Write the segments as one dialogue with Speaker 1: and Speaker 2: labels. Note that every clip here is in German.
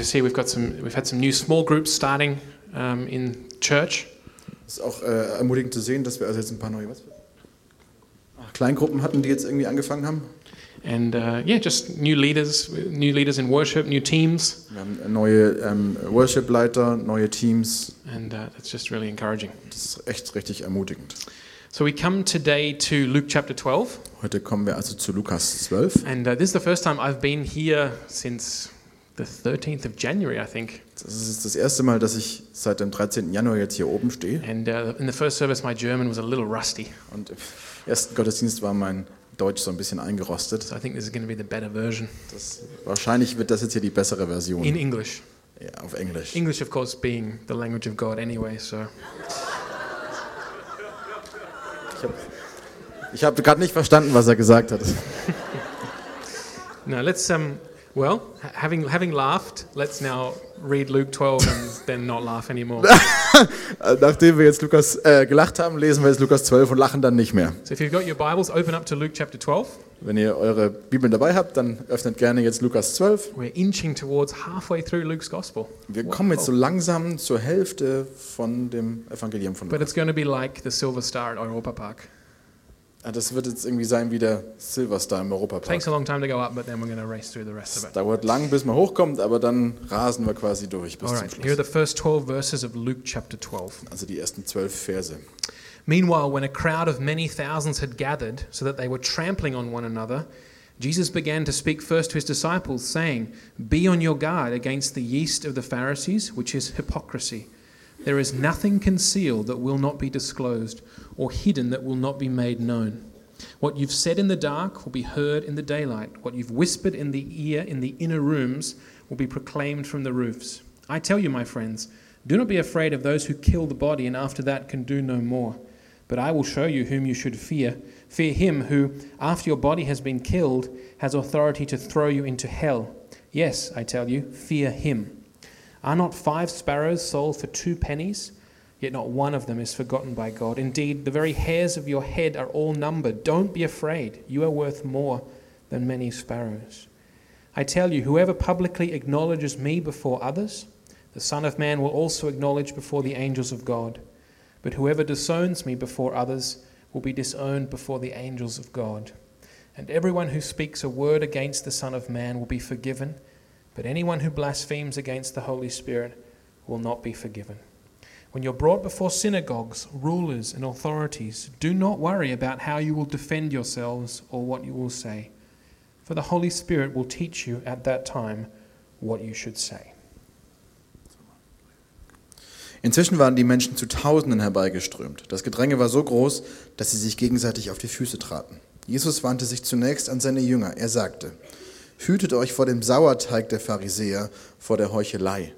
Speaker 1: You see, we've got some, we've had some new small groups starting um, in church.
Speaker 2: Es ist auch äh, ermutigend zu sehen, dass wir also jetzt ein paar neue was? Ach, Kleingruppen hatten, die jetzt irgendwie angefangen haben.
Speaker 1: and uh, yeah, just new leaders, new leaders in worship, new teams,
Speaker 2: Wir haben neue ähm, Worship-Leiter, neue Teams.
Speaker 1: and uh, that's just really encouraging.
Speaker 2: Das ist echt richtig ermutigend.
Speaker 1: So we come today to Luke chapter 12,
Speaker 2: Heute kommen wir also zu Lukas 12.
Speaker 1: and uh, this is the first time I've been here since the 13th of January, I think.
Speaker 2: Das ist das erste Mal, dass ich seit dem 13. Januar jetzt hier oben stehe.
Speaker 1: And uh, in the first service, my German was a little rusty,
Speaker 2: Und im ersten Gottesdienst war mein Deutsch so ein bisschen eingerostet.
Speaker 1: so I think this is going to be the better version
Speaker 2: Das, wahrscheinlich wird das jetzt hier die bessere Version
Speaker 1: in English.
Speaker 2: ja, auf Englisch.
Speaker 1: English, of course, being the language of God anyway, so
Speaker 2: Ich habe gerade nicht verstanden, was er gesagt hat.
Speaker 1: No, let's um. Well, ha- having having laughed, let's now read Luke 12 and then not laugh anymore.
Speaker 2: Äh, Nachdem wir jetzt Lukas äh, gelacht haben, lesen wir jetzt Lukas 12 und lachen dann nicht mehr.
Speaker 1: So if you've got your Bibles, open up to Luke chapter 12.
Speaker 2: Wenn ihr eure Bibeln dabei habt, dann öffnet gerne jetzt Lukas 12.
Speaker 1: We're inching towards halfway through Luke's gospel,
Speaker 2: Wir kommen jetzt so langsam zur Hälfte von dem Evangelium von
Speaker 1: but
Speaker 2: Lukas.
Speaker 1: it's going to be like the Silver Star at Europa Park.
Speaker 2: Ah, Das wird jetzt irgendwie sein wie der Silverstar im Europapark.
Speaker 1: Takes a long time to go up, but then we're going to race through the rest of
Speaker 2: Es
Speaker 1: it.
Speaker 2: dauert lang, bis man hochkommt, aber dann rasen wir quasi durch bis
Speaker 1: All
Speaker 2: zum
Speaker 1: right, here are
Speaker 2: Schluss.
Speaker 1: the first 12 verses of Luke chapter 12.
Speaker 2: Also die ersten zwölf Verse.
Speaker 1: Meanwhile, when a crowd of many thousands had gathered, so that they were trampling on one another, Jesus began to speak first to his disciples, saying, Be on your guard against the yeast of the Pharisees, which is hypocrisy. There is nothing concealed that will not be disclosed, or hidden that will not be made known. What you've said in the dark will be heard in the daylight. What you've whispered in the ear in the inner rooms will be proclaimed from the roofs. I tell you, my friends, do not be afraid of those who kill the body and after that can do no more. But I will show you whom you should fear. Fear him who, after your body has been killed, has authority to throw you into hell. Yes, I tell you, fear him. Are not five sparrows sold for two pennies? Yet not one of them is forgotten by God. Indeed, the very hairs of your head are all numbered. Don't be afraid. You are worth more than many sparrows. I tell you, whoever publicly acknowledges me before others, the Son of Man will also acknowledge before the angels of God. But whoever disowns me before others will be disowned before the angels of God. And everyone who speaks a word against the Son of Man will be forgiven, but anyone who blasphemes against the Holy Spirit will not be forgiven. When you're brought before synagogues, rulers, and authorities, do not worry about how you will defend yourselves or what you will say, for the Holy Spirit will teach you at that time what you should say.
Speaker 2: Inzwischen waren die Menschen zu Tausenden herbeigeströmt. Das Gedränge war so groß, dass sie sich gegenseitig auf die Füße traten. Jesus wandte sich zunächst an seine Jünger. Er sagte, Hütet euch vor dem Sauerteig der Pharisäer, vor der Heuchelei.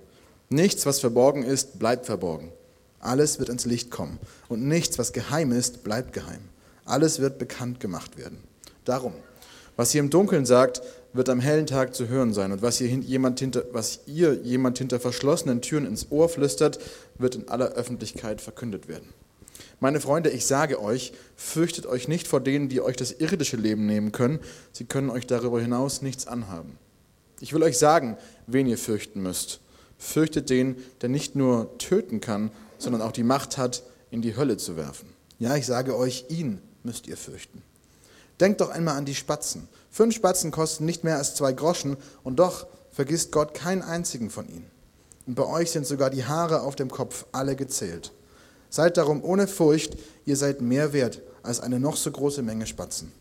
Speaker 2: Nichts, was verborgen ist, bleibt verborgen. Alles wird ans Licht kommen. Und nichts, was geheim ist, bleibt geheim. Alles wird bekannt gemacht werden. Darum, was ihr im Dunkeln sagt, wird am hellen Tag zu hören sein. Und was ihr, hin- jemand hinter, was ihr jemand hinter verschlossenen Türen ins Ohr flüstert, wird in aller Öffentlichkeit verkündet werden. Meine Freunde, ich sage euch, fürchtet euch nicht vor denen, die euch das irdische Leben nehmen können. Sie können euch darüber hinaus nichts anhaben. Ich will euch sagen, wen ihr fürchten müsst. Fürchtet den, der nicht nur töten kann, sondern auch die Macht hat, in die Hölle zu werfen. Ja, ich sage euch, ihn müsst ihr fürchten. Denkt doch einmal an die Spatzen. Fünf Spatzen kosten nicht mehr als zwei Groschen und doch vergisst Gott keinen einzigen von ihnen. Und bei euch sind sogar die Haare auf dem Kopf alle gezählt. Seid darum ohne Furcht, ihr seid mehr wert als eine noch so große Menge Spatzen.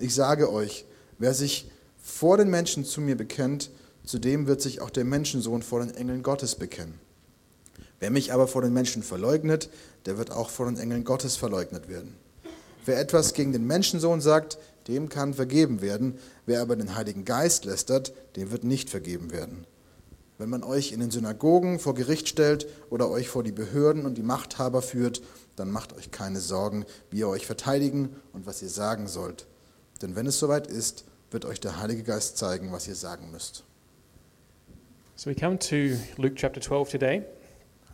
Speaker 2: Ich sage euch, wer sich vor den Menschen zu mir bekennt, zu dem wird sich auch der Menschensohn vor den Engeln Gottes bekennen. Wer mich aber vor den Menschen verleugnet, der wird auch vor den Engeln Gottes verleugnet werden. Wer etwas gegen den Menschensohn sagt, dem kann vergeben werden. Wer aber den Heiligen Geist lästert, dem wird nicht vergeben werden. Wenn man euch in den Synagogen vor Gericht stellt oder euch vor die Behörden und die Machthaber führt, dann macht euch keine Sorgen, wie ihr euch verteidigen und was ihr sagen sollt. Denn wenn es soweit ist, wird euch der Heilige Geist zeigen, was ihr sagen müsst.
Speaker 1: So we come to Luke chapter 12 today,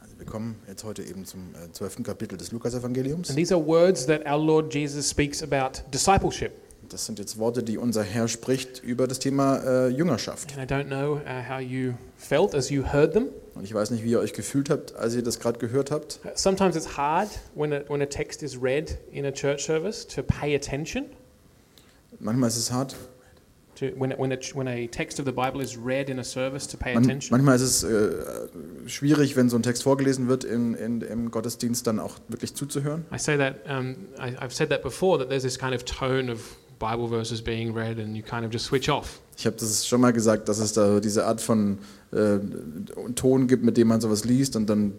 Speaker 2: Also wir kommen jetzt heute eben zum äh, 12. Kapitel des Lukasevangeliums.
Speaker 1: and these are words that our Lord Jesus speaks about discipleship.
Speaker 2: Das sind jetzt Worte, die unser Herr spricht über das Thema äh, Jüngerschaft.
Speaker 1: And I don't know uh, how you felt as you heard them.
Speaker 2: Und ich weiß nicht, wie ihr euch gefühlt habt, als ihr das gerade gehört habt.
Speaker 1: Uh, Sometimes it's hard when a, when a text is read in a church service to pay attention.
Speaker 2: Manchmal ist es hart.
Speaker 1: To, when, a- when, a, ch- when a text of the Bible is read in a service, to pay
Speaker 2: Man,
Speaker 1: attention.
Speaker 2: manchmal ist es äh, schwierig, wenn so ein Text vorgelesen wird in, in, im Gottesdienst, dann auch wirklich zuzuhören.
Speaker 1: I say that um, I, I've said that before. That there's this kind of tone of Bible verses being read, and you kind of just switch off.
Speaker 2: Ich habe das schon mal gesagt, dass es da so diese Art von äh, Ton gibt, mit dem man sowas liest und dann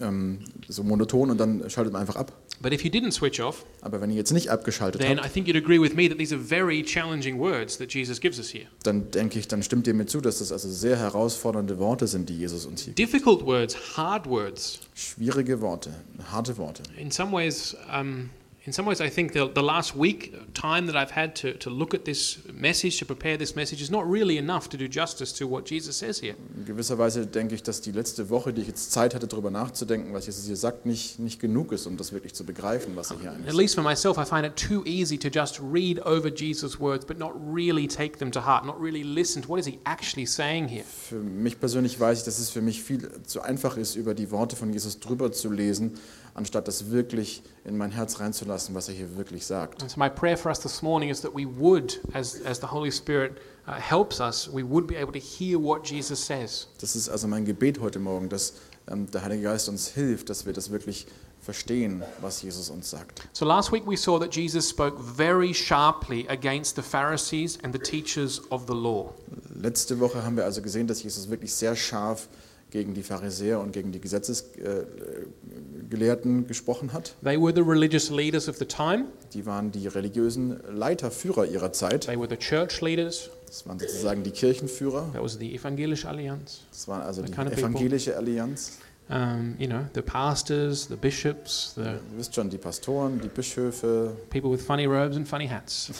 Speaker 2: ähm, so monoton und dann schaltet man einfach ab.
Speaker 1: But if you didn't switch off,
Speaker 2: Aber wenn ihr jetzt nicht abgeschaltet
Speaker 1: then I
Speaker 2: habt,
Speaker 1: think you'd agree with me that these are very challenging words that Jesus gives us here.
Speaker 2: dann denke ich, dann stimmt ihr mir zu, dass das also sehr herausfordernde Worte sind, die Jesus uns hier gibt.
Speaker 1: Difficult words, hard words.
Speaker 2: Schwierige Worte, harte Worte.
Speaker 1: In some ways, um, in some ways, I think the, the last week uh, time that I've had to, to look at this message, to prepare this message, is not really enough to do justice to what Jesus says here.
Speaker 2: In gewisser Weise denke ich, dass die letzte Woche, die ich jetzt Zeit hatte, darüber nachzudenken, was Jesus hier sagt, nicht, nicht genug ist, um das wirklich zu begreifen, was er hier eigentlich
Speaker 1: At least for myself, I find it too easy to just read over Jesus' words, but not really take them to heart, not really listen to what is he actually saying here.
Speaker 2: Für mich persönlich weiß ich, dass es für mich viel zu einfach ist, über die Worte von Jesus drüber zu lesen, anstatt das wirklich in mein Herz reinzulassen, was er hier wirklich sagt.
Speaker 1: And so my prayer for us this morning is that we would, as, as the Holy Spirit uh, helps us, we would be able to hear what Jesus says.
Speaker 2: Das ist also mein Gebet heute Morgen, dass ähm, der Heilige Geist uns hilft, dass wir das wirklich verstehen, was Jesus uns sagt.
Speaker 1: So last week we saw that Jesus spoke very sharply against the Pharisees and the teachers of the law.
Speaker 2: Letzte Woche haben wir also gesehen, dass Jesus wirklich sehr scharf gegen die Pharisäer und gegen die Gesetzesgelehrten gesprochen hat.
Speaker 1: They were the religious leaders of the time,
Speaker 2: Die waren die religiösen Leiter, Führer ihrer Zeit.
Speaker 1: they were the church leaders,
Speaker 2: Das waren sozusagen die Kirchenführer.
Speaker 1: that was the Evangelische Allianz,
Speaker 2: Das waren also
Speaker 1: That
Speaker 2: die
Speaker 1: kind of people.
Speaker 2: evangelische Allianz.
Speaker 1: um, you know, the pastors, the bishops, the
Speaker 2: Ihr wisst schon, die Pastoren, die Bischöfe,
Speaker 1: people with funny robes and funny hats.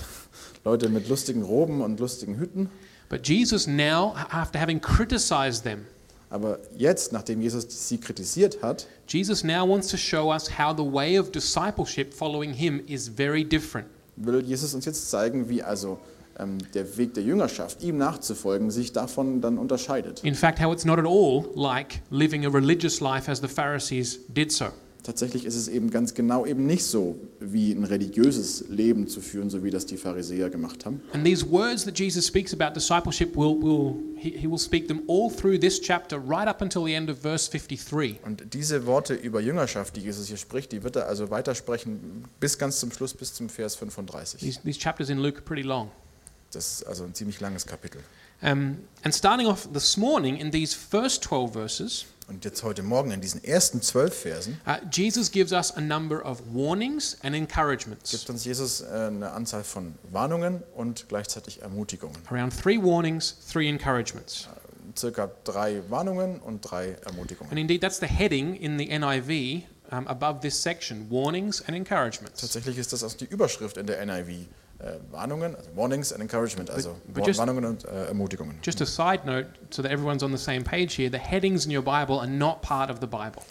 Speaker 2: Leute mit lustigen Roben und lustigen Hüten.
Speaker 1: But Jesus now, after having criticized them,
Speaker 2: Aber jetzt, nachdem Jesus sie kritisiert hat,
Speaker 1: Jesus now wants to show us how the way of discipleship following him is very different.
Speaker 2: will Jesus uns jetzt zeigen, wie also ähm, der Weg der Jüngerschaft, ihm nachzufolgen, sich davon dann unterscheidet.
Speaker 1: In fact, how it's not at all like living a religious life as the Pharisees did so.
Speaker 2: Tatsächlich ist es eben ganz genau eben nicht so, wie ein religiöses Leben zu führen, so wie das die Pharisäer gemacht haben.
Speaker 1: And these words that Jesus speaks about discipleship will, will he, he will speak them all through this chapter, right up until the end of verse 53.
Speaker 2: Und diese Worte über Jüngerschaft, die Jesus hier spricht, die wird er also weitersprechen bis ganz zum Schluss, bis zum Vers 35.
Speaker 1: These, these chapters in Luke are pretty long.
Speaker 2: Das ist also ein ziemlich langes Kapitel.
Speaker 1: Um, and starting off this morning in these first 12 verses,
Speaker 2: Und jetzt heute Morgen in diesen ersten zwölf Versen
Speaker 1: uh, Jesus gives us a number of warnings and encouragements.
Speaker 2: gibt uns Jesus äh, eine Anzahl von Warnungen und gleichzeitig Ermutigungen.
Speaker 1: Around three warnings, three encouragements.
Speaker 2: Circa drei Warnungen und drei Ermutigungen.
Speaker 1: And indeed, that's the heading in the NIV um, above this section warnings and encouragements.
Speaker 2: Tatsächlich ist das auch die Überschrift in der NIV. Äh, Warnungen, also Warnings and Encouragement, also
Speaker 1: but just-
Speaker 2: Warnungen und äh, Ermutigungen.
Speaker 1: Just a side note, so that everyone's on the same page here the headings in your Bible are not part of the Bible.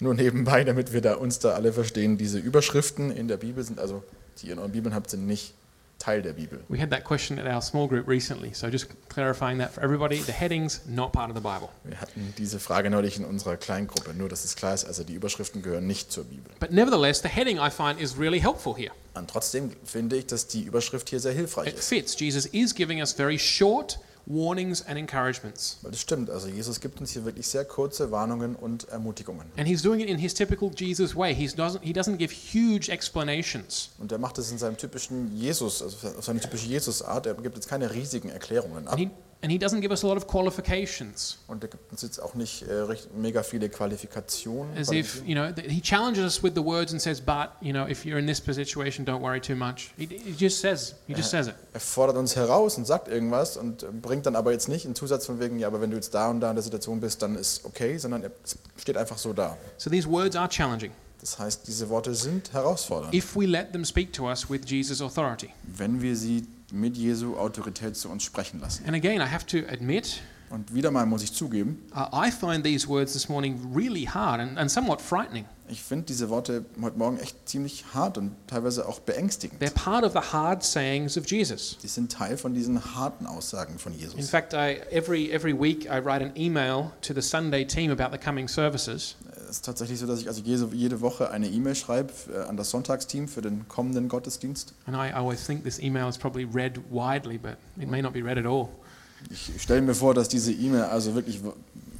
Speaker 2: Nur nebenbei, damit wir da uns da alle verstehen, diese Überschriften in der Bibel sind also, die ihr in euren Bibeln habt, sind nicht Teil der Bibel.
Speaker 1: We had that question at our small group recently, so just clarifying that for everybody the headings, not part of the Bible.
Speaker 2: Wir hatten diese Frage neulich in unserer Kleingruppe, nur dass es klar ist, also die Überschriften gehören nicht zur Bibel.
Speaker 1: But nevertheless, the heading I find is really helpful here.
Speaker 2: Und trotzdem finde ich, dass die Überschrift hier sehr hilfreich
Speaker 1: It
Speaker 2: ist.
Speaker 1: fits. Jesus is giving us very short warnings and encouragements.
Speaker 2: Weil das stimmt, also Jesus gibt uns hier wirklich sehr kurze Warnungen und Ermutigungen.
Speaker 1: And he's doing it in his typical Jesus way. He doesn't, he doesn't give huge explanations.
Speaker 2: Und er macht es in seinem typischen Jesus, also auf seine typische Jesus-Art. Er gibt jetzt keine riesigen Erklärungen ab.
Speaker 1: And he, and he doesn't give us a lot of qualifications.
Speaker 2: Und er gibt uns jetzt auch nicht äh, recht, mega viele Qualifikationen.
Speaker 1: As if, you know, th- he challenges us with the words and says, but, you know, if you're in this situation, don't worry too much. He, he just says, he just says it.
Speaker 2: Er fordert uns heraus und sagt irgendwas und äh, bringt dann aber jetzt nicht einen Zusatz von wegen, ja, aber wenn du jetzt da und da in der Situation bist, dann ist okay, sondern er es steht einfach so da.
Speaker 1: So these words are challenging
Speaker 2: Das heißt, diese Worte sind herausfordernd.
Speaker 1: if we let them speak to us with Jesus' authority.
Speaker 2: Wenn wir sie mit Jesu Autorität zu uns sprechen lassen.
Speaker 1: And again, I have to admit,
Speaker 2: Und wieder mal muss ich zugeben,
Speaker 1: Uh, I find these words this morning really hard and, and somewhat frightening.
Speaker 2: ich finde diese Worte heute Morgen echt ziemlich hart und teilweise auch beängstigend.
Speaker 1: They're part of the hard sayings of Jesus.
Speaker 2: Die sind Teil von diesen harten Aussagen von
Speaker 1: In
Speaker 2: Jesus.
Speaker 1: fact, I, every, every week I write an email to the Sunday team about the coming services.
Speaker 2: Es ist tatsächlich so, dass ich also jede, jede Woche eine E-Mail schreibe äh, an das Sonntagsteam für den kommenden Gottesdienst.
Speaker 1: And I always think this email is probably read widely, but it may not be read at all.
Speaker 2: Ich stelle mir vor, dass diese E-Mail also wirklich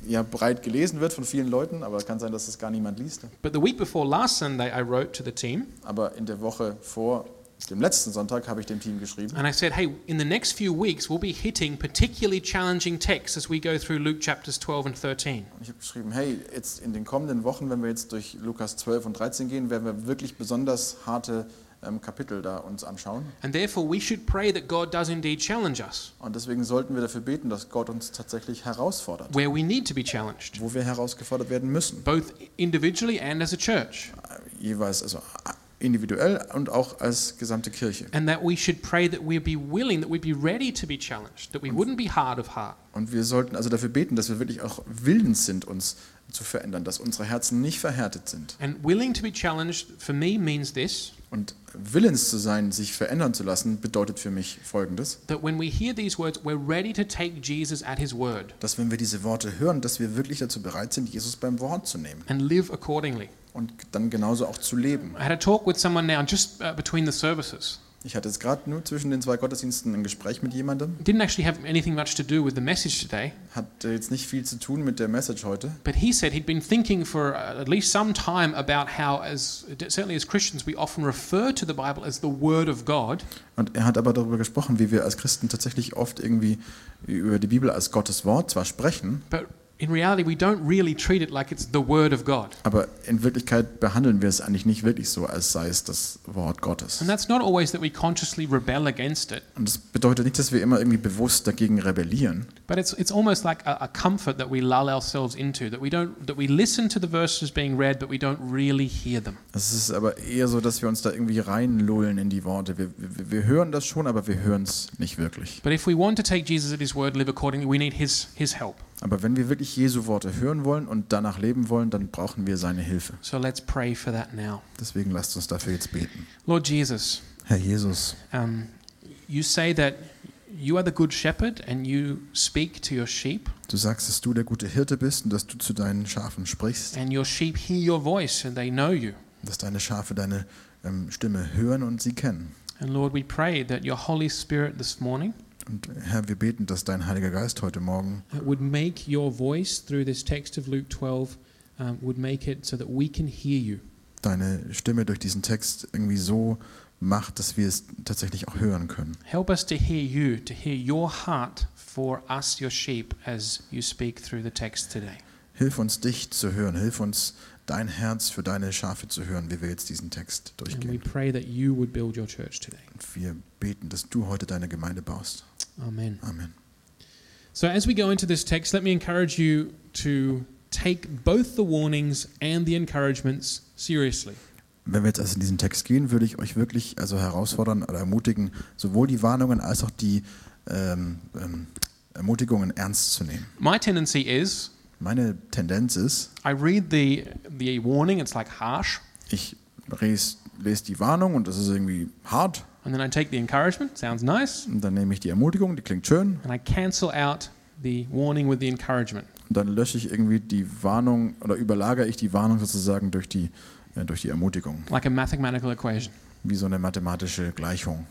Speaker 2: ja, breit gelesen wird von vielen Leuten, aber kann sein, dass es gar niemand liest.
Speaker 1: But the week before last Sunday, I wrote to the team
Speaker 2: Aber in der Woche vor dem letzten Sonntag habe ich dem Team geschrieben.
Speaker 1: and I said, hey, in the next few weeks, we'll be hitting particularly challenging texts as we go through Luke chapters 12 and 13.
Speaker 2: Und ich habe geschrieben, hey, jetzt in den kommenden Wochen, wenn wir jetzt durch Lukas 12 und 13 gehen, werden wir wirklich besonders harte ähm, Kapitel da uns anschauen.
Speaker 1: And therefore, we should pray that God does indeed challenge us
Speaker 2: Und deswegen sollten wir dafür beten, dass Gott uns tatsächlich herausfordert.
Speaker 1: where we need to be challenged,
Speaker 2: wo wir herausgefordert werden müssen.
Speaker 1: both individually and as a church.
Speaker 2: Jeweils also individuell und auch als gesamte Kirche.
Speaker 1: And that we should pray that we'd be willing, that we'd be ready to be challenged, that we wouldn't be hard of heart.
Speaker 2: Und wir sollten also dafür beten, dass wir wirklich auch willens sind, uns zu verändern, dass unsere Herzen nicht verhärtet sind.
Speaker 1: And willing to be challenged for me means this
Speaker 2: Und willens zu sein, sich verändern zu lassen, bedeutet für mich Folgendes,
Speaker 1: that when we hear these words, we're ready to take Jesus at his word
Speaker 2: dass wenn wir diese Worte hören, dass wir wirklich dazu bereit sind, Jesus beim Wort zu nehmen
Speaker 1: and live accordingly.
Speaker 2: und dann genauso auch zu leben.
Speaker 1: I had a talk with someone now just uh, between the services.
Speaker 2: Ich hatte jetzt gerade nur zwischen den zwei Gottesdiensten ein Gespräch mit jemandem,
Speaker 1: Didn't actually have anything much to do with the message today,
Speaker 2: hat äh, jetzt nicht viel zu tun mit der Message heute,
Speaker 1: but he said he'd been thinking for uh, at least some time about how, as certainly as Christians, we often refer to the Bible as the Word of God,
Speaker 2: Und er hat aber darüber gesprochen, wie wir als Christen tatsächlich oft irgendwie über die Bibel als Gottes Wort zwar sprechen,
Speaker 1: but in reality, we don't really treat it like it's the Word of God.
Speaker 2: aber in Wirklichkeit behandeln wir es eigentlich nicht wirklich so, als sei es das Wort Gottes.
Speaker 1: And that's not always that we consciously rebel against it,
Speaker 2: Und das bedeutet nicht, dass wir immer irgendwie bewusst dagegen rebellieren,
Speaker 1: But it's, it's almost like a, a comfort that we lull ourselves into, that we don't that we listen to the verses being read, but we don't really hear them.
Speaker 2: es ist aber eher so, dass wir uns da irgendwie reinlullen in die Worte. Wir, wir, wir hören das schon, aber wir hören es nicht wirklich.
Speaker 1: But if we want to take Jesus at his word, live accordingly, we need his his help.
Speaker 2: Aber wenn wir wirklich Jesu Worte hören wollen und danach leben wollen, dann brauchen wir seine Hilfe.
Speaker 1: So let's pray for that now.
Speaker 2: Deswegen lasst uns dafür jetzt beten.
Speaker 1: Lord Jesus,
Speaker 2: Herr Jesus,
Speaker 1: um, you say that you are the good shepherd and you speak to your sheep,
Speaker 2: du sagst, dass du der gute Hirte bist und dass du zu deinen Schafen sprichst.
Speaker 1: and your sheep hear your voice and they know you.
Speaker 2: dass deine Schafe deine ähm, Stimme hören und sie kennen.
Speaker 1: And Lord, we pray that your Holy Spirit this morning
Speaker 2: Und Herr, wir beten, dass dein Heiliger Geist heute Morgen
Speaker 1: It uh, would make your voice through this text of Luke 12 um, would make it so that we can hear you.
Speaker 2: deine Stimme durch diesen Text irgendwie so macht, dass wir es tatsächlich auch hören können.
Speaker 1: Help us to hear you, to hear your heart for us, your sheep, as you speak through the text today.
Speaker 2: Hilf uns, dich zu hören. Hilf uns, dein Herz für deine Schafe zu hören, wie wir jetzt diesen Text
Speaker 1: And we
Speaker 2: durchgehen.
Speaker 1: pray that you would build your church today.
Speaker 2: Und wir beten, dass du heute deine Gemeinde baust.
Speaker 1: Amen.
Speaker 2: Amen.
Speaker 1: So, as we go into this text, let me encourage you to take both the warnings and the encouragements seriously.
Speaker 2: Wenn wir jetzt also in diesen Text gehen, würde ich euch wirklich also herausfordern oder ermutigen, sowohl die Warnungen als auch die ähm, ähm, Ermutigungen ernst zu nehmen.
Speaker 1: My tendency is
Speaker 2: Meine Tendenz ist,
Speaker 1: I read the, the warning, it's like harsh,
Speaker 2: ich res- lese die Warnung und das ist irgendwie hart.
Speaker 1: and then I take the encouragement, sounds nice,
Speaker 2: Und dann nehme ich die Ermutigung, die klingt schön.
Speaker 1: and I cancel out the warning with the encouragement.
Speaker 2: Und dann lösche ich irgendwie die Warnung oder überlagere ich die Warnung sozusagen durch die, äh, durch die Ermutigung.
Speaker 1: like a mathematical equation.
Speaker 2: Wie so eine mathematische Gleichung.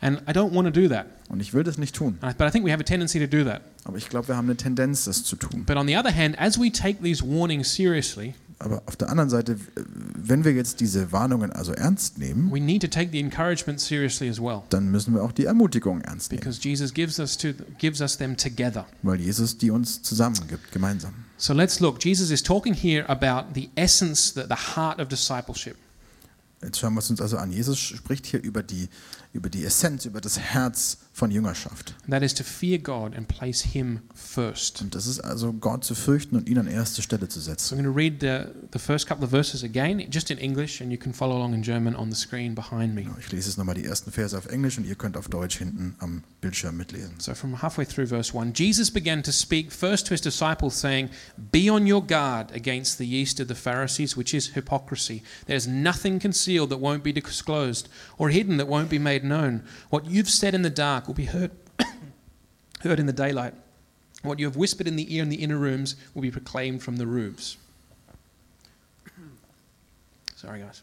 Speaker 1: And I don't want to do that,
Speaker 2: Und ich will das nicht tun.
Speaker 1: I- Uh, but I think we have a tendency to do that.
Speaker 2: Aber ich glaube, wir haben eine Tendenz, das zu tun.
Speaker 1: But on the other hand, as we take these warnings seriously,
Speaker 2: Aber auf der anderen Seite, w- wenn wir jetzt diese Warnungen also ernst nehmen,
Speaker 1: we need to take the encouragement seriously as well,
Speaker 2: dann müssen wir auch die Ermutigung ernst nehmen.
Speaker 1: because Jesus gives us to gives us them together.
Speaker 2: Weil Jesus die uns zusammengibt, gemeinsam.
Speaker 1: So let's look. Jesus is talking here about the essence, the, the heart of discipleship.
Speaker 2: Jetzt schauen wir es uns also an. Jesus spricht hier über die, über die Essenz, über das Herz von Jüngerschaft.
Speaker 1: And that is to fear God and place Him first.
Speaker 2: Und das ist also Gott zu fürchten und ihn an erste Stelle zu
Speaker 1: So
Speaker 2: setzen.
Speaker 1: I'm going to read the, the first couple of verses again, just in English, and you can follow along in German on the screen behind me.
Speaker 2: Genau, Ich lese jetzt nochmal die ersten Verse auf Englisch und ihr könnt auf Deutsch hinten am Bildschirm mitlesen.
Speaker 1: So from halfway through verse 1, Jesus began to speak first to his disciples, saying, Be on your guard against the yeast of the Pharisees, which is hypocrisy. There's nothing concealed that won't be disclosed, or hidden that won't be made known. What you've said in the dark will be heard, heard in the daylight. What you have whispered in the ear in the inner rooms will be proclaimed from the roofs. Sorry, guys.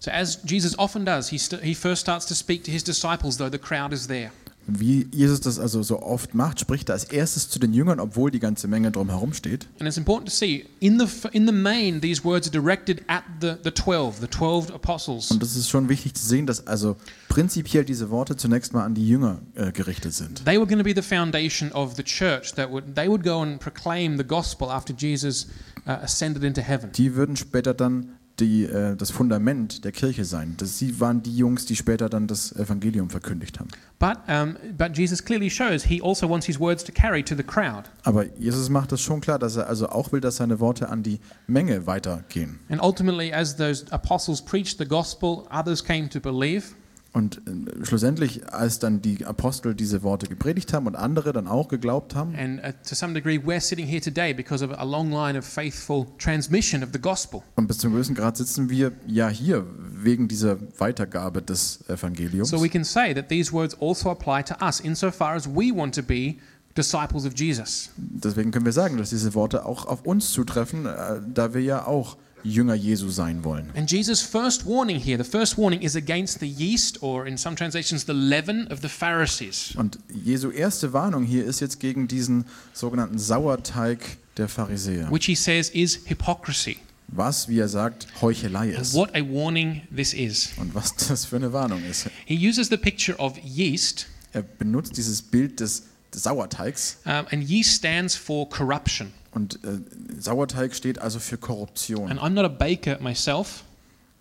Speaker 1: So, as Jesus often does, he, st- he first starts to speak to his disciples, though the crowd is there.
Speaker 2: Wie Jesus das also so oft macht, spricht er als erstes zu den Jüngern, obwohl die ganze Menge drumherum steht.
Speaker 1: And it's important to see, in the, f- in the main, these words are directed at the, the 12, the 12 apostles.
Speaker 2: Und das ist schon wichtig zu sehen, dass also prinzipiell diese Worte zunächst mal an die Jünger äh, gerichtet sind.
Speaker 1: They were going to be the foundation of the church that would, they would go and proclaim the gospel after Jesus uh, ascended into heaven.
Speaker 2: Die würden später dann die, äh, das Fundament der Kirche sein. Das, sie waren die Jungs, die später dann das Evangelium verkündigt haben.
Speaker 1: But, um, but Jesus clearly shows he also wants his words to carry to the crowd.
Speaker 2: Aber Jesus macht das schon klar, dass er also auch will, dass seine Worte an die Menge weitergehen.
Speaker 1: And ultimately, as those apostles preached the gospel, others came to believe.
Speaker 2: Und äh, schlussendlich, als dann die Apostel diese Worte gepredigt haben und andere dann auch geglaubt haben,
Speaker 1: And uh, to some degree, we're sitting here today because of a long line of faithful transmission of the gospel.
Speaker 2: und bis zum gewissen Grad sitzen wir ja hier wegen dieser Weitergabe des Evangeliums.
Speaker 1: So we can say that these words also apply to us insofar as we want to be disciples of Jesus.
Speaker 2: Deswegen können wir sagen, dass diese Worte auch auf uns zutreffen, äh, da wir ja auch Jünger Jesu sein wollen.
Speaker 1: And Jesus' first warning here, the first warning is against the yeast, or in some translations, the leaven of the Pharisees.
Speaker 2: Und Jesu erste Warnung hier ist jetzt gegen diesen sogenannten Sauerteig der Pharisäer,
Speaker 1: Which he says is hypocrisy.
Speaker 2: was, wie er sagt, Heuchelei
Speaker 1: And
Speaker 2: ist.
Speaker 1: what a warning this is.
Speaker 2: Und was das für eine Warnung ist.
Speaker 1: He uses the picture of yeast,
Speaker 2: Er benutzt dieses Bild des Sauerteigs
Speaker 1: um, and yeast stands for corruption.
Speaker 2: und äh, Sauerteig steht also für
Speaker 1: And
Speaker 2: Korruption.
Speaker 1: I'm not a baker myself,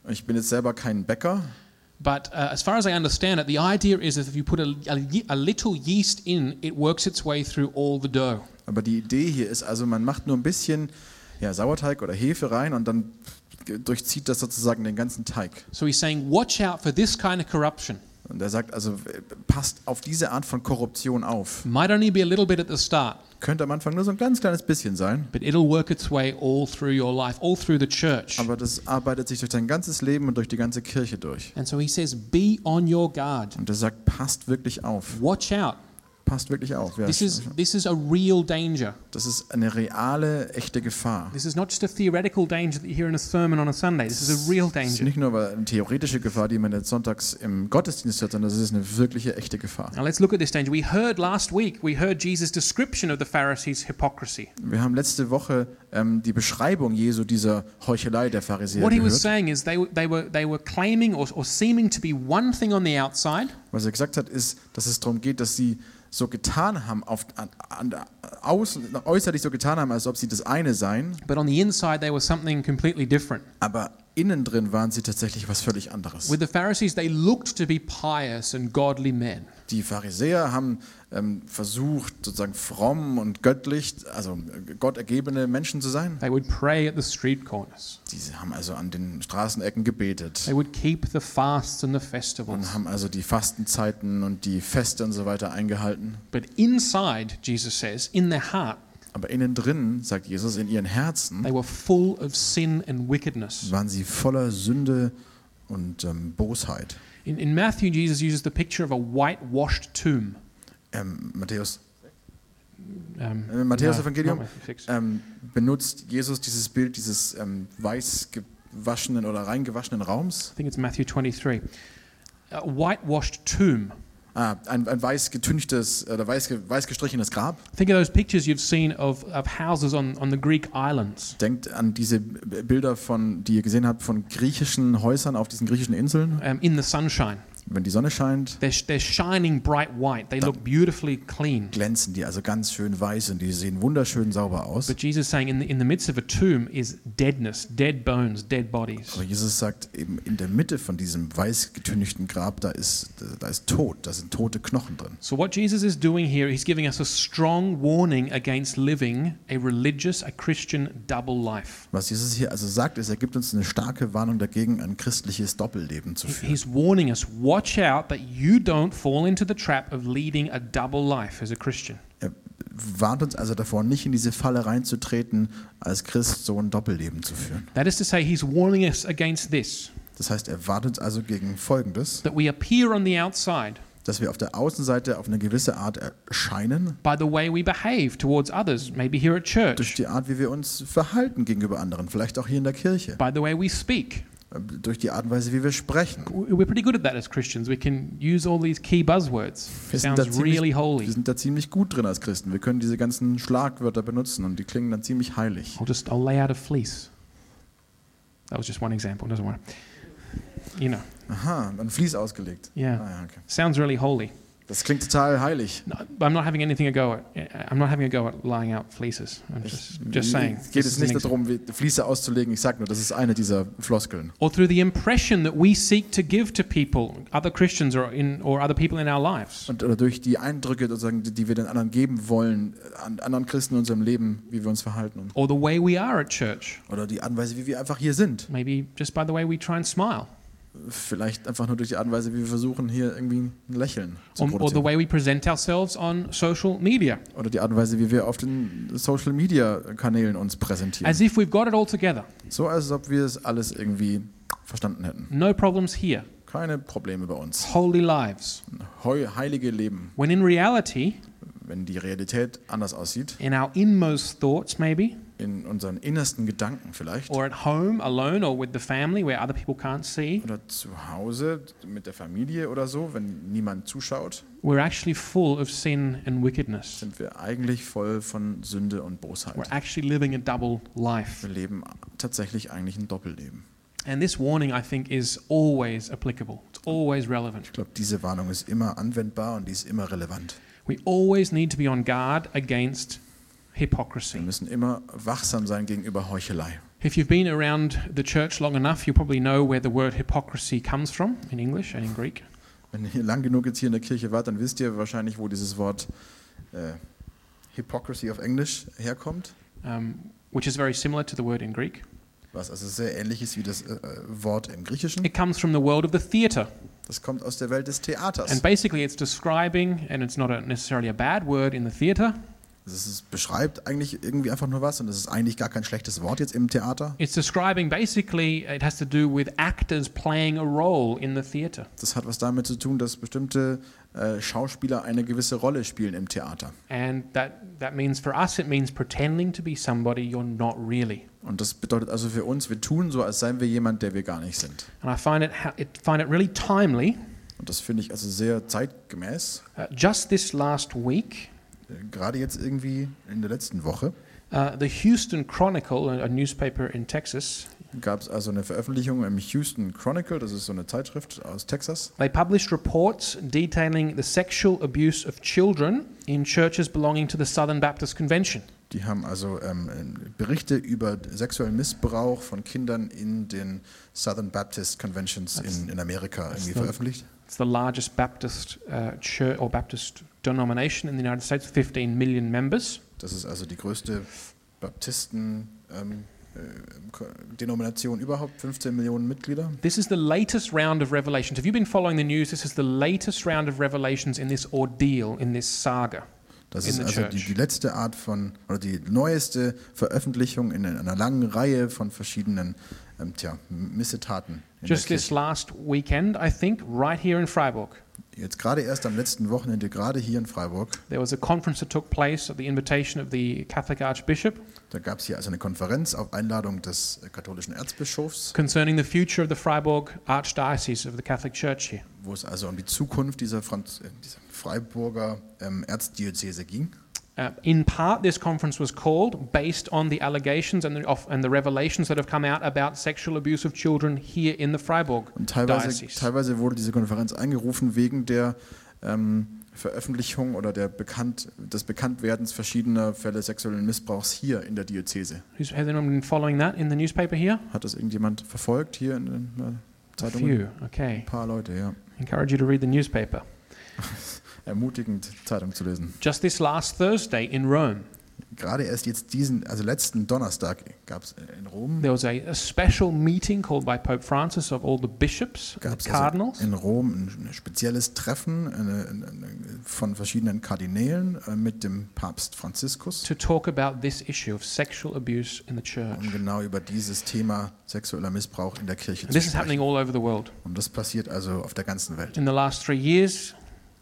Speaker 2: Ich bin jetzt selber kein Bäcker,
Speaker 1: But uh, as far as I understand it, the idea is that if you put a, a ye- a little yeast in, it works its way through all the dough.
Speaker 2: aber die Idee hier ist also, man macht nur ein bisschen ja, Sauerteig oder Hefe rein und dann durchzieht das sozusagen den ganzen Teig.
Speaker 1: So he's saying, watch out for this kind of corruption.
Speaker 2: Und er sagt also, äh, passt auf diese Art von Korruption auf.
Speaker 1: Might only be a little bit at the start,
Speaker 2: Könnte am Anfang nur so ein ganz kleines bisschen sein,
Speaker 1: but it'll work its way all through your life, all through the church.
Speaker 2: aber das arbeitet sich durch dein ganzes Leben und durch die ganze Kirche durch.
Speaker 1: And so he says, be on your guard.
Speaker 2: Und er sagt, passt wirklich auf.
Speaker 1: Watch out.
Speaker 2: Passt wirklich auf. Ja,
Speaker 1: This is, this is a real danger.
Speaker 2: das ist eine reale, echte Gefahr.
Speaker 1: This is not just a theoretical danger that you hear in a sermon on a Sunday. This is a real
Speaker 2: Es ist
Speaker 1: danger.
Speaker 2: nicht nur eine theoretische Gefahr, die man jetzt sonntags im Gottesdienst hört, sondern es ist eine wirkliche, echte Gefahr.
Speaker 1: Now let's look at this danger. We heard last week, we heard Jesus' description of the Pharisees' hypocrisy.
Speaker 2: Wir haben letzte Woche ähm, die Beschreibung Jesu dieser Heuchelei der Pharisäer
Speaker 1: What he was
Speaker 2: gehört.
Speaker 1: saying is they, were- they, were, they were claiming or, or seeming to be one thing on the outside,
Speaker 2: Was er gesagt hat, ist, dass es darum geht, dass sie so getan haben, auf, an, an, außen, äußerlich so getan haben, als ob sie das eine seien,
Speaker 1: but on the inside they were something completely different.
Speaker 2: aber innen drin waren sie tatsächlich was völlig anderes.
Speaker 1: With the Pharisees, they looked to be pious and godly men.
Speaker 2: Die Pharisäer haben ähm, versucht, sozusagen fromm und göttlich, also äh, gottergebene Menschen zu sein.
Speaker 1: They would pray at the street corners.
Speaker 2: Sie haben also an den Straßenecken gebetet.
Speaker 1: They would keep the fasts and the festivals.
Speaker 2: und haben also die Fastenzeiten und die Feste und so weiter eingehalten.
Speaker 1: But inside, Jesus says, in their heart,
Speaker 2: Aber innen drin, sagt Jesus, in ihren Herzen
Speaker 1: they were full of sin and wickedness.
Speaker 2: waren sie voller Sünde und ähm, Bosheit.
Speaker 1: In, in Matthew, Jesus uses the picture of a whitewashed tomb.
Speaker 2: Ähm, Matthäus,
Speaker 1: Um,
Speaker 2: äh, Matthäus
Speaker 1: no,
Speaker 2: Evangelium
Speaker 1: not Matthew 6.
Speaker 2: ähm, benutzt Jesus dieses Bild dieses ähm, weiß gewaschenen oder rein gewaschenen Raums.
Speaker 1: I think it's Matthew 23. A whitewashed tomb.
Speaker 2: Ah, ein, ein weiß getünchtes oder weiß, ge- weiß gestrichenes Grab.
Speaker 1: Think of those pictures you've seen of, of houses on, on the Greek islands.
Speaker 2: Denkt an diese B- Bilder von, die ihr gesehen habt, von griechischen Häusern auf diesen griechischen Inseln
Speaker 1: Um, in the sunshine.
Speaker 2: wenn die Sonne scheint,
Speaker 1: They're, they're shining bright white. They look beautifully clean.
Speaker 2: glänzen die also ganz schön weiß und die sehen wunderschön sauber aus.
Speaker 1: But Jesus is saying in the, in the midst of a tomb is deadness, dead bones, dead bodies.
Speaker 2: Aber Jesus sagt eben in der Mitte von diesem weiß getünchten Grab, da ist da ist tot, da sind tote Knochen drin.
Speaker 1: So what Jesus is doing here, he's giving us a strong warning against living a religious, a Christian double life.
Speaker 2: Was Jesus hier also sagt, ist, er gibt uns eine starke Warnung dagegen, ein christliches Doppelleben zu führen.
Speaker 1: He's warning us, watch out that you don't fall into the trap of leading a double life as a Christian.
Speaker 2: Er warnt uns also davor, nicht in diese Falle reinzutreten, als Christ so ein Doppelleben zu führen.
Speaker 1: That is to say, he's warning us against this,
Speaker 2: Das heißt, er warnt uns also gegen Folgendes,
Speaker 1: that we appear on the outside
Speaker 2: dass wir auf der Außenseite auf eine gewisse Art erscheinen,
Speaker 1: by the way we behave towards others, maybe here at church,
Speaker 2: durch die Art, wie wir uns verhalten gegenüber anderen, vielleicht auch hier in der Kirche,
Speaker 1: by the way we speak.
Speaker 2: durch die Art und Weise, wie wir sprechen.
Speaker 1: We're pretty good at that as Christians. We can use all these key buzzwords.
Speaker 2: Wir sind, da
Speaker 1: Sounds
Speaker 2: ziemlich,
Speaker 1: really
Speaker 2: wir
Speaker 1: holy.
Speaker 2: sind da ziemlich gut drin als Christen. Wir können diese ganzen Schlagwörter benutzen und die klingen dann ziemlich heilig.
Speaker 1: I'll just I'll lay out a fleece. That was just one example. Doesn't matter. You know,
Speaker 2: Aha, ein Vlies ausgelegt.
Speaker 1: yeah.
Speaker 2: Ah, ja, okay.
Speaker 1: Sounds really holy.
Speaker 2: Das klingt total heilig.
Speaker 1: No, but I'm not having anything a go at. eh, I'm not having a go at lying out fleeces. I'm just just saying.
Speaker 2: Es geht
Speaker 1: this
Speaker 2: es
Speaker 1: is an
Speaker 2: nicht
Speaker 1: example.
Speaker 2: darum, wie- Fließe auszulegen. Ich sage nur, das ist eine dieser Floskeln.
Speaker 1: Or through the impression that we seek to give to people, other Christians or in or other people in our lives.
Speaker 2: Und oder durch die Eindrücke, sozusagen, die- die wir den anderen geben wollen, an anderen Christen in unserem Leben, wie wir uns verhalten. Und,
Speaker 1: Or the way we are at church.
Speaker 2: oder die Art und Weise, wie wir einfach hier sind.
Speaker 1: Maybe just by the way we try and smile.
Speaker 2: Vielleicht einfach nur durch die Art und Weise, wie wir versuchen, hier irgendwie ein Lächeln zu
Speaker 1: Or, Um, or the
Speaker 2: produzieren.
Speaker 1: way we present ourselves on social media.
Speaker 2: Oder die Art und Weise, wie wir auf den Social-Media-Kanälen uns präsentieren.
Speaker 1: As if we've got it all together.
Speaker 2: So, als ob wir es alles irgendwie verstanden hätten.
Speaker 1: No problems here.
Speaker 2: Keine Probleme bei uns.
Speaker 1: Holy lives.
Speaker 2: Heu heilige Leben.
Speaker 1: When in reality,
Speaker 2: Wenn die Realität anders aussieht,
Speaker 1: in our inmost thoughts, maybe,
Speaker 2: in unseren innersten Gedanken vielleicht,
Speaker 1: or at home alone or with the family where other people can't see,
Speaker 2: oder zu Hause mit der Familie oder so, wenn niemand zuschaut,
Speaker 1: we're actually full of sin and wickedness.
Speaker 2: sind wir eigentlich voll von Sünde und
Speaker 1: We're
Speaker 2: Bosheit.
Speaker 1: actually living a double life.
Speaker 2: Wir leben tatsächlich eigentlich ein Doppelleben.
Speaker 1: And this warning, I think, is always applicable, it's always relevant.
Speaker 2: Ich glaube, diese Warnung ist immer anwendbar und die ist immer relevant.
Speaker 1: We always need to be on guard against
Speaker 2: Wir
Speaker 1: hypocrisy.
Speaker 2: müssen immer wachsam sein gegenüber Heuchelei.
Speaker 1: If you've been around the church long enough, you probably know where the word hypocrisy comes from in English and in Greek.
Speaker 2: Wenn ihr lang genug jetzt hier in der Kirche wart, dann wisst ihr wahrscheinlich, wo dieses Wort äh, Hypocrisy auf Englisch herkommt,
Speaker 1: um, which is very similar to the word in Greek.
Speaker 2: was also sehr ähnlich ist wie das äh, äh, Wort im Griechischen.
Speaker 1: It comes from the world of the theatre,
Speaker 2: Das kommt aus der Welt des
Speaker 1: and
Speaker 2: Theaters.
Speaker 1: basically it's describing, and it's not a, necessarily a bad word in the theatre,
Speaker 2: Es ist- beschreibt eigentlich irgendwie einfach nur was und es ist eigentlich gar kein schlechtes Wort jetzt im Theater.
Speaker 1: it's describing basically, it has to do with actors playing a role in the theatre.
Speaker 2: Das hat was damit zu tun, dass bestimmte äh, Schauspieler eine gewisse Rolle spielen im Theater.
Speaker 1: And that, that means for us, it means pretending to be somebody you're not really.
Speaker 2: Und das bedeutet also für uns, wir tun so, als seien wir jemand, der wir gar nicht sind.
Speaker 1: And I find it, ha- it, find it really timely.
Speaker 2: Und das finde ich also sehr zeitgemäß.
Speaker 1: Uh, just this last week,
Speaker 2: Äh, Gerade jetzt irgendwie in der letzten Woche
Speaker 1: uh, the Houston Chronicle, a, a newspaper in Texas,
Speaker 2: gab es also eine Veröffentlichung im Houston Chronicle, das ist so eine Zeitschrift aus Texas.
Speaker 1: They published reports detailing the sexual abuse of children in churches belonging to the Southern Baptist Convention.
Speaker 2: Die haben also ähm, Berichte über sexuellen Missbrauch von Kindern in den Southern Baptist Conventions in, in Amerika irgendwie
Speaker 1: so-
Speaker 2: veröffentlicht.
Speaker 1: It's the largest Baptist uh, church or Baptist denomination in the United States, 15 million members.
Speaker 2: Das ist also die größte Baptisten. Ähm, äh, Ko- Denomination überhaupt, 15 Millionen Mitglieder.
Speaker 1: This is the latest round of revelations. Have you been following the news? This is the latest round of revelations in this ordeal, in this saga.
Speaker 2: Das
Speaker 1: In
Speaker 2: ist
Speaker 1: the
Speaker 2: also die,
Speaker 1: church.
Speaker 2: die letzte Art von, oder die neueste Veröffentlichung in einer langen Reihe von verschiedenen ähm, tja, Missetaten. In der
Speaker 1: Just this
Speaker 2: Kirche.
Speaker 1: last weekend, I think, right here in Freiburg,
Speaker 2: Jetzt gerade erst am letzten Wochenende, gerade hier in Freiburg,
Speaker 1: there was a conference that took place at the invitation of the Catholic Archbishop
Speaker 2: da gab es hier also eine Konferenz auf Einladung des äh, katholischen Erzbischofs,
Speaker 1: concerning the future of the Freiburg Archdiocese of the Catholic Church here.
Speaker 2: wo es also um die Zukunft dieser, Franz äh, dieser Freiburger ähm, Erzdiözese ging.
Speaker 1: Uh, in part, this conference was called based on the allegations and the, of, and the revelations that have come out about sexual abuse of children here in the Freiburg
Speaker 2: Und teilweise,
Speaker 1: diocese.
Speaker 2: teilweise wurde diese Konferenz eingerufen wegen der ähm, Veröffentlichung oder der Bekannt, des Bekanntwerdens verschiedener Fälle sexuellen Missbrauchs hier in der Diözese.
Speaker 1: Who's, has anyone been following that in the newspaper here?
Speaker 2: Hat das irgendjemand verfolgt hier in den äh,
Speaker 1: A
Speaker 2: Zeitungen?
Speaker 1: few. Okay.
Speaker 2: Ein paar Leute, ja.
Speaker 1: Encourage you to read the newspaper.
Speaker 2: Ermutigend, Zeitung zu lesen.
Speaker 1: Just this last Thursday in Rome,
Speaker 2: Gerade erst jetzt diesen, also letzten Donnerstag gab es in Rom,
Speaker 1: there was a, a special meeting called by Pope Francis of all the bishops and
Speaker 2: gab's
Speaker 1: the
Speaker 2: also
Speaker 1: cardinals.
Speaker 2: in Rom ein, ein spezielles Treffen eine, eine- eine, von verschiedenen Kardinälen äh, mit dem Papst Franziskus,
Speaker 1: to talk about this issue of sexual abuse in the church.
Speaker 2: um genau über dieses Thema sexueller Missbrauch in der Kirche
Speaker 1: And
Speaker 2: zu
Speaker 1: this is
Speaker 2: sprechen.
Speaker 1: happening all over the world.
Speaker 2: Und das passiert also auf der ganzen Welt.
Speaker 1: In the last three years,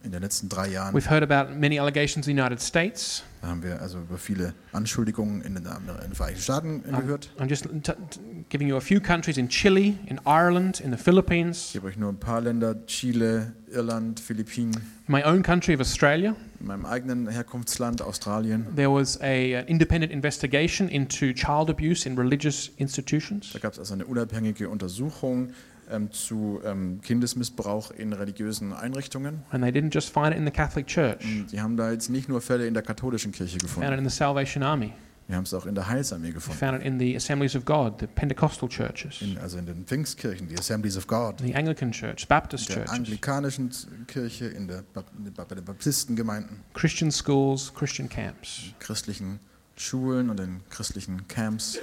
Speaker 2: In den letzten drei Jahren
Speaker 1: we've heard about many allegations in the United States.
Speaker 2: haben wir also über viele Anschuldigungen in den, in den Vereinigten Staaten gehört.
Speaker 1: I'm just t- t- giving you a few countries in Chile, in Ireland, in the Philippines,
Speaker 2: Ich gebe euch nur ein paar Länder, Chile, Irland, Philippinen,
Speaker 1: my own country of Australia.
Speaker 2: in meinem eigenen Herkunftsland, Australien.
Speaker 1: There was a, an independent investigation into child abuse in religious institutions.
Speaker 2: Da gab es also eine unabhängige Untersuchung ähm, zu ähm, Kindesmissbrauch in religiösen Einrichtungen.
Speaker 1: And they didn't just find it in the Catholic Church,
Speaker 2: Und Die haben da jetzt nicht nur Fälle in der katholischen Kirche
Speaker 1: they found it
Speaker 2: gefunden,
Speaker 1: in the Salvation Army,
Speaker 2: die haben es auch in der Heilsarmee
Speaker 1: they
Speaker 2: gefunden,
Speaker 1: found it in the Assemblies of God, the Pentecostal churches,
Speaker 2: in, also in den Pfingstkirchen, die Assemblies of God.
Speaker 1: the Anglican Church, Baptist
Speaker 2: der
Speaker 1: churches.
Speaker 2: anglikanischen Kirche, in der, Bap- bei den Baptistengemeinden,
Speaker 1: Christian schools, Christian camps.
Speaker 2: christlichen Schulen und in christlichen Camps.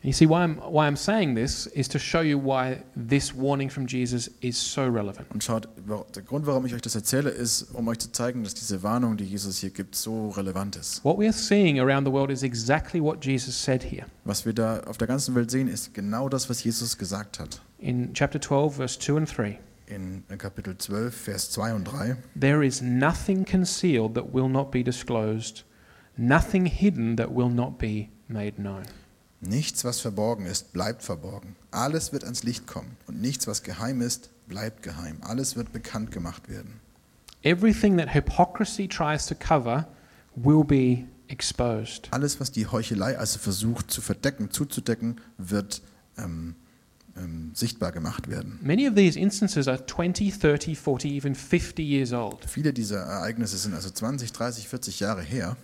Speaker 1: And you see, why I'm, why I'm saying this is to show you why this warning from Jesus is so relevant.
Speaker 2: Und schaut, wa- der Grund, warum ich euch das erzähle, ist, um euch zu zeigen, dass diese Warnung, die Jesus hier gibt, so relevant ist.
Speaker 1: What we are seeing around the world is exactly what Jesus said here.
Speaker 2: Was wir da auf der ganzen Welt sehen, ist genau das, was Jesus gesagt hat.
Speaker 1: In chapter 12, verse 2 and 3
Speaker 2: In Kapitel 12, Vers 2 und 3.
Speaker 1: There is nothing concealed that will not be disclosed, nothing hidden that will not be made known.
Speaker 2: Nichts, was verborgen ist, bleibt verborgen. Alles wird ans Licht kommen. Und nichts, was geheim ist, bleibt geheim. Alles wird bekannt gemacht werden.
Speaker 1: Everything that hypocrisy tries to cover will be exposed.
Speaker 2: Alles, was die Heuchelei also versucht zu verdecken, zuzudecken, wird ähm, ähm, sichtbar gemacht werden.
Speaker 1: Many of these instances are 20, 30, 40, even 50 years old.
Speaker 2: Viele dieser Ereignisse sind also 20, 30, 40 Jahre her.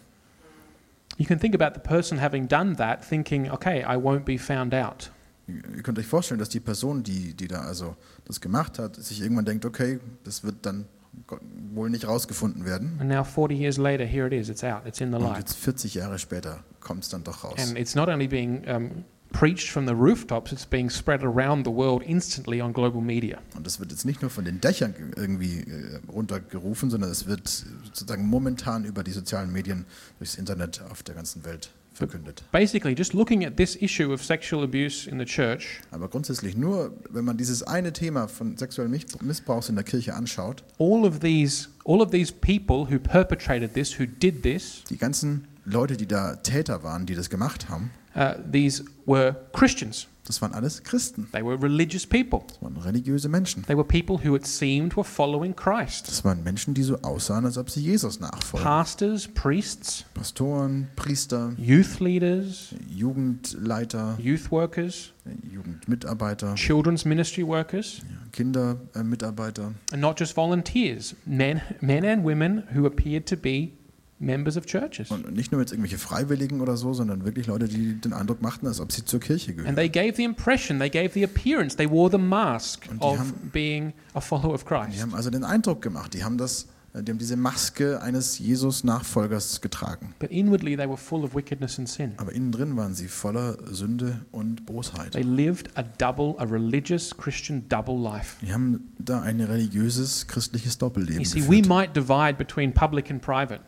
Speaker 1: You can think about the person having done that thinking, okay, I won't be found out.
Speaker 2: Ihr könnt euch vorstellen, dass die Person, die, die da also das gemacht hat, sich irgendwann denkt, okay, das wird dann Gott- wohl nicht rausgefunden werden.
Speaker 1: And now 40 years later, here it is, it's out, it's in the
Speaker 2: Und
Speaker 1: light.
Speaker 2: jetzt 40 Jahre später kommt es dann doch raus.
Speaker 1: And it's not only being um, preached from the rooftops, it's being spread around the world instantly on global media.
Speaker 2: Und das wird jetzt nicht nur von den Dächern ge- irgendwie äh, runtergerufen, sondern es wird sozusagen momentan über die sozialen Medien, durchs Internet auf der ganzen Welt verkündet.
Speaker 1: Basically, just looking at this issue of sexual abuse in the church,
Speaker 2: Aber grundsätzlich nur, wenn man dieses eine Thema von sexuellem Mich- Missbrauchs in der Kirche anschaut,
Speaker 1: all of these, all of these people who perpetrated this, who did this,
Speaker 2: die ganzen Leute, die da Täter waren, die das gemacht haben,
Speaker 1: uh, these were Christians.
Speaker 2: das waren alles Christen.
Speaker 1: They were religious people.
Speaker 2: Das waren religiöse Menschen.
Speaker 1: They were people who it seemed were following Christ.
Speaker 2: Das waren Menschen, die so aussahen, als ob sie Jesus nachfolgen.
Speaker 1: Pastors, priests,
Speaker 2: Pastoren, Priester,
Speaker 1: youth leaders,
Speaker 2: Jugendleiter,
Speaker 1: youth workers,
Speaker 2: Jugendmitarbeiter,
Speaker 1: children's ministry workers,
Speaker 2: Kindermitarbeiter.
Speaker 1: and not just volunteers, men, men and women who appeared to be members of churches.
Speaker 2: Und nicht nur jetzt irgendwelche Freiwilligen oder so, sondern wirklich Leute, die den Eindruck machten, als ob sie zur Kirche
Speaker 1: And
Speaker 2: gehören.
Speaker 1: they gave the impression, they gave the appearance, they wore the mask
Speaker 2: Und die haben-
Speaker 1: of being a follower of
Speaker 2: Die
Speaker 1: Christ.
Speaker 2: haben also den Eindruck gemacht, die haben, das, äh, die haben diese Maske eines Jesus-Nachfolgers getragen.
Speaker 1: But inwardly, they were full of wickedness and sin.
Speaker 2: Aber innen drin waren sie voller Sünde
Speaker 1: They
Speaker 2: und Bosheit.
Speaker 1: lived a double, a religious Christian double life.
Speaker 2: Die haben da ein religiöses, christliches Doppelleben.
Speaker 1: You see, we
Speaker 2: geführt.
Speaker 1: might divide between public and private,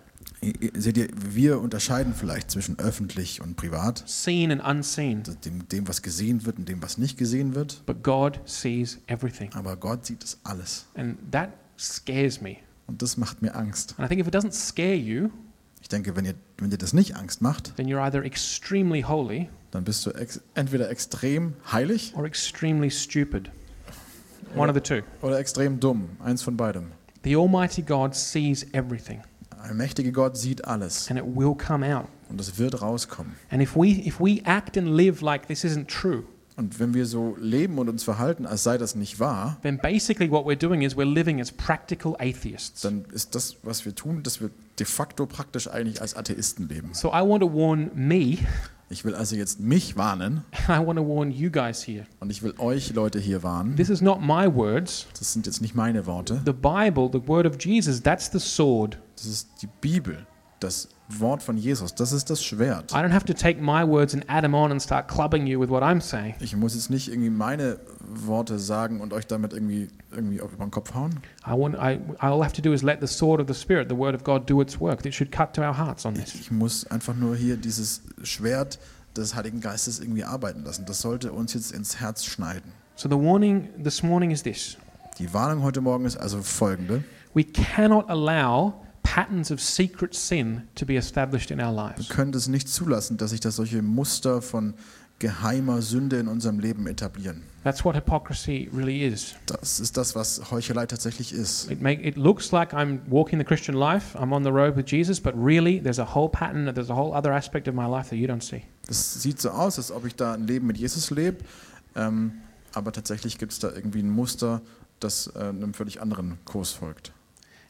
Speaker 2: Ihr- ihr- Seht ihr, wir unterscheiden vielleicht zwischen öffentlich und privat,
Speaker 1: seen and unseen,
Speaker 2: also dem, dem, was gesehen wird und dem, was nicht gesehen wird.
Speaker 1: but God sees everything.
Speaker 2: Aber Gott sieht das alles.
Speaker 1: And that scares me.
Speaker 2: Und das macht mir Angst.
Speaker 1: And I think if it doesn't scare you,
Speaker 2: Ich denke, wenn ihr, wenn dir das nicht Angst macht,
Speaker 1: then you're either extremely holy
Speaker 2: dann bist du ex entweder extrem heilig
Speaker 1: or extremely stupid. One of the two.
Speaker 2: oder extrem dumm. Eins von beidem.
Speaker 1: The Almighty God sees everything.
Speaker 2: allmächtige Gott sieht alles
Speaker 1: and it will come out.
Speaker 2: und es wird rauskommen.
Speaker 1: And if we if we act and live like this isn't true,
Speaker 2: Und wenn wir so leben und uns verhalten, als sei das nicht wahr,
Speaker 1: then basically what we're doing is we're living as practical atheists.
Speaker 2: dann ist das, was wir tun, dass wir de facto praktisch eigentlich als Atheisten leben.
Speaker 1: So I want to warn me,
Speaker 2: Ich will also jetzt mich warnen
Speaker 1: and I want to warn you guys here.
Speaker 2: und ich will euch Leute hier warnen.
Speaker 1: This is not my words.
Speaker 2: Das sind jetzt nicht meine Worte,
Speaker 1: The Bible, the word of Jesus, that's the sword.
Speaker 2: das ist die Bibel, das Wort von Jesus, das ist das Schwert.
Speaker 1: I don't have to take my words and add them on and start clubbing you with what I'm saying.
Speaker 2: Ich muss jetzt nicht irgendwie meine Worte sagen und euch damit irgendwie, irgendwie auf über den Kopf hauen.
Speaker 1: I want I all I have to do is let the sword of the spirit, the word of God, do its work. It should cut to our hearts on this.
Speaker 2: Ich muss einfach nur hier dieses Schwert des Heiligen Geistes irgendwie arbeiten lassen. Das sollte uns jetzt ins Herz schneiden.
Speaker 1: So the warning this morning is this.
Speaker 2: Die Warnung heute Morgen ist also folgende.
Speaker 1: We cannot allow patterns of secret sin to be established in our
Speaker 2: Wir
Speaker 1: lives.
Speaker 2: können es nicht zulassen, dass sich das solche Muster von geheimer Sünde in unserem Leben etablieren.
Speaker 1: That's what hypocrisy really is.
Speaker 2: Das ist das, was Heuchelei tatsächlich ist.
Speaker 1: It make it looks like I'm walking the Christian life, I'm on the road with Jesus, but really there's a whole pattern, there's a whole other aspect of my life that you don't see.
Speaker 2: Es sieht so aus, als ob ich da ein Leben mit Jesus lebe, ähm, aber tatsächlich gibt es da irgendwie ein Muster, das äh, einem völlig anderen Kurs folgt.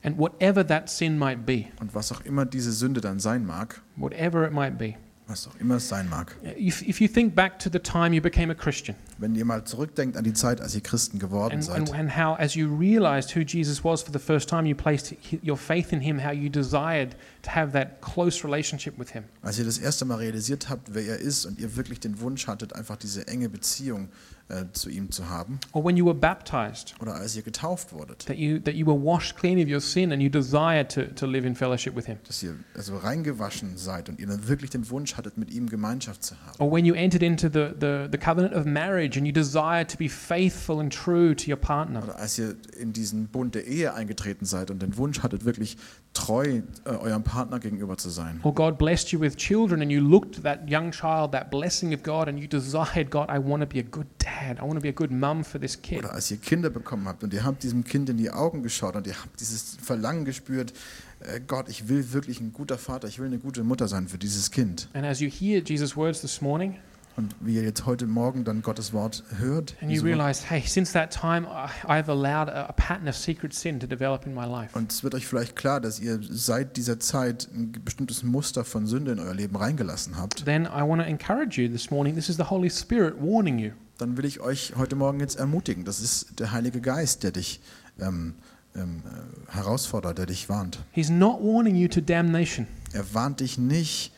Speaker 1: And whatever that sin might be,
Speaker 2: Und was auch immer diese Sünde dann sein mag,
Speaker 1: whatever it might be.
Speaker 2: was auch immer es sein mag,
Speaker 1: If, if you think back to the time you became a Christian
Speaker 2: wenn ihr mal zurückdenkt an die Zeit, als ihr Christen geworden
Speaker 1: and, and,
Speaker 2: seid
Speaker 1: and how, as you realized who Jesus was for the first time, you placed hi- your faith in him, how you desired to have that close relationship with him.
Speaker 2: Als ihr das erste Mal realisiert habt, wer er ist und ihr wirklich den Wunsch hattet, einfach diese enge Beziehung äh, zu ihm zu haben,
Speaker 1: Or when you were baptized,
Speaker 2: oder als ihr getauft wurdet,
Speaker 1: that you, that you were washed clean of your sin and you desired to, to live in fellowship with him.
Speaker 2: dass ihr also reingewaschen seid und ihr dann wirklich den Wunsch hattet, mit ihm Gemeinschaft zu haben.
Speaker 1: Or when you entered into the, the, the covenant of marriage and you desired to be faithful and true to your partner.
Speaker 2: Oder als ihr in diesen Bund der Ehe eingetreten seid und den Wunsch hattet, wirklich treu äh, eurem Partner gegenüber zu sein.
Speaker 1: Or God blessed you with children and you looked at that young child, that blessing of God, and you desired, God, I want to be a good dad. I want to be a good mum for this kid.
Speaker 2: Oder als ihr Kinder bekommen habt und ihr habt diesem Kind in die Augen geschaut und ihr habt dieses Verlangen gespürt, äh, Gott, ich will wirklich ein guter Vater, ich will eine gute Mutter sein für dieses Kind.
Speaker 1: And as you hear Jesus' words this morning,
Speaker 2: Und wie ihr jetzt heute Morgen dann Gottes Wort hört,
Speaker 1: and you
Speaker 2: Jesu Wort,
Speaker 1: realize, hey, since that time, I- I've allowed a, a pattern of secret sin to develop in my life.
Speaker 2: und es wird euch vielleicht klar, dass ihr seit dieser Zeit ein bestimmtes Muster von Sünde in euer Leben reingelassen habt,
Speaker 1: Then I want to encourage you this morning. This is the Holy Spirit warning you.
Speaker 2: dann will ich euch heute Morgen jetzt ermutigen. Das ist der Heilige Geist, der dich ähm, ähm, äh, herausfordert, der dich warnt.
Speaker 1: He's not warning you to damnation,
Speaker 2: Er warnt dich nicht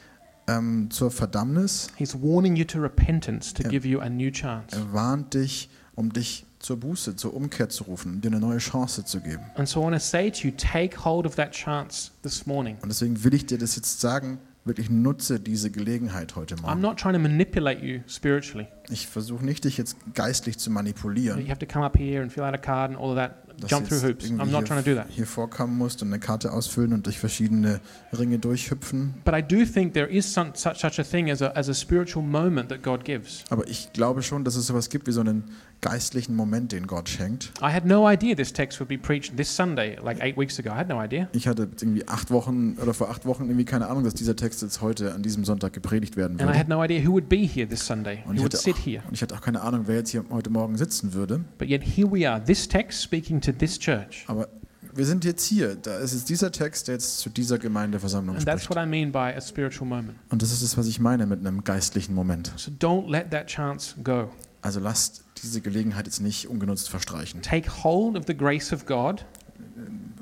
Speaker 2: ähm, zur Verdammnis,
Speaker 1: He's warning you to repentance to
Speaker 2: Yeah.
Speaker 1: give you a new chance.
Speaker 2: er warnt dich, um dich zur Buße, zur Umkehr zu rufen, um dir eine neue Chance zu geben.
Speaker 1: And so I want to say to you, take hold of that chance this morning.
Speaker 2: Und deswegen will ich dir das jetzt sagen, wirklich nutze diese Gelegenheit heute
Speaker 1: I'm
Speaker 2: Morgen.
Speaker 1: not trying to manipulate you spiritually.
Speaker 2: Ich versuche nicht, dich jetzt geistlich zu
Speaker 1: You
Speaker 2: manipulieren.
Speaker 1: have to come up here and fill out a card and all of that,
Speaker 2: dass
Speaker 1: jump
Speaker 2: du
Speaker 1: through
Speaker 2: jetzt
Speaker 1: hoops.
Speaker 2: irgendwie
Speaker 1: I'm not trying to do
Speaker 2: hier,
Speaker 1: that.
Speaker 2: hier vorkommen musst und eine Karte ausfüllen und durch verschiedene Ringe durchhüpfen.
Speaker 1: But I do think there is some, such, such a thing as a, as a spiritual moment that God gives.
Speaker 2: Aber ich glaube schon, dass es sowas gibt wie so einen geistlichen Moment, den Gott schenkt.
Speaker 1: I had no idea this text would be preached this Sunday, like eight weeks ago. I had no idea.
Speaker 2: Ich hatte irgendwie acht Wochen oder vor acht Wochen irgendwie keine Ahnung, dass dieser Text jetzt heute an diesem Sonntag gepredigt werden
Speaker 1: And I
Speaker 2: würde.
Speaker 1: had no idea who would be here this Sunday,
Speaker 2: Und
Speaker 1: who
Speaker 2: ich,
Speaker 1: would
Speaker 2: hatte
Speaker 1: sit
Speaker 2: auch,
Speaker 1: here.
Speaker 2: und ich hatte auch keine Ahnung, wer jetzt hier heute Morgen sitzen würde.
Speaker 1: But yet here we are, this text speaking to this church.
Speaker 2: Aber wir sind jetzt hier. Da ist jetzt dieser Text, der jetzt zu dieser Gemeindeversammlung
Speaker 1: And that's
Speaker 2: spricht.
Speaker 1: what I mean by a spiritual moment.
Speaker 2: Und das ist es, was ich meine mit einem geistlichen Moment.
Speaker 1: So don't let that chance go.
Speaker 2: Also lasst diese Gelegenheit jetzt nicht ungenutzt verstreichen.
Speaker 1: Take hold of the grace of God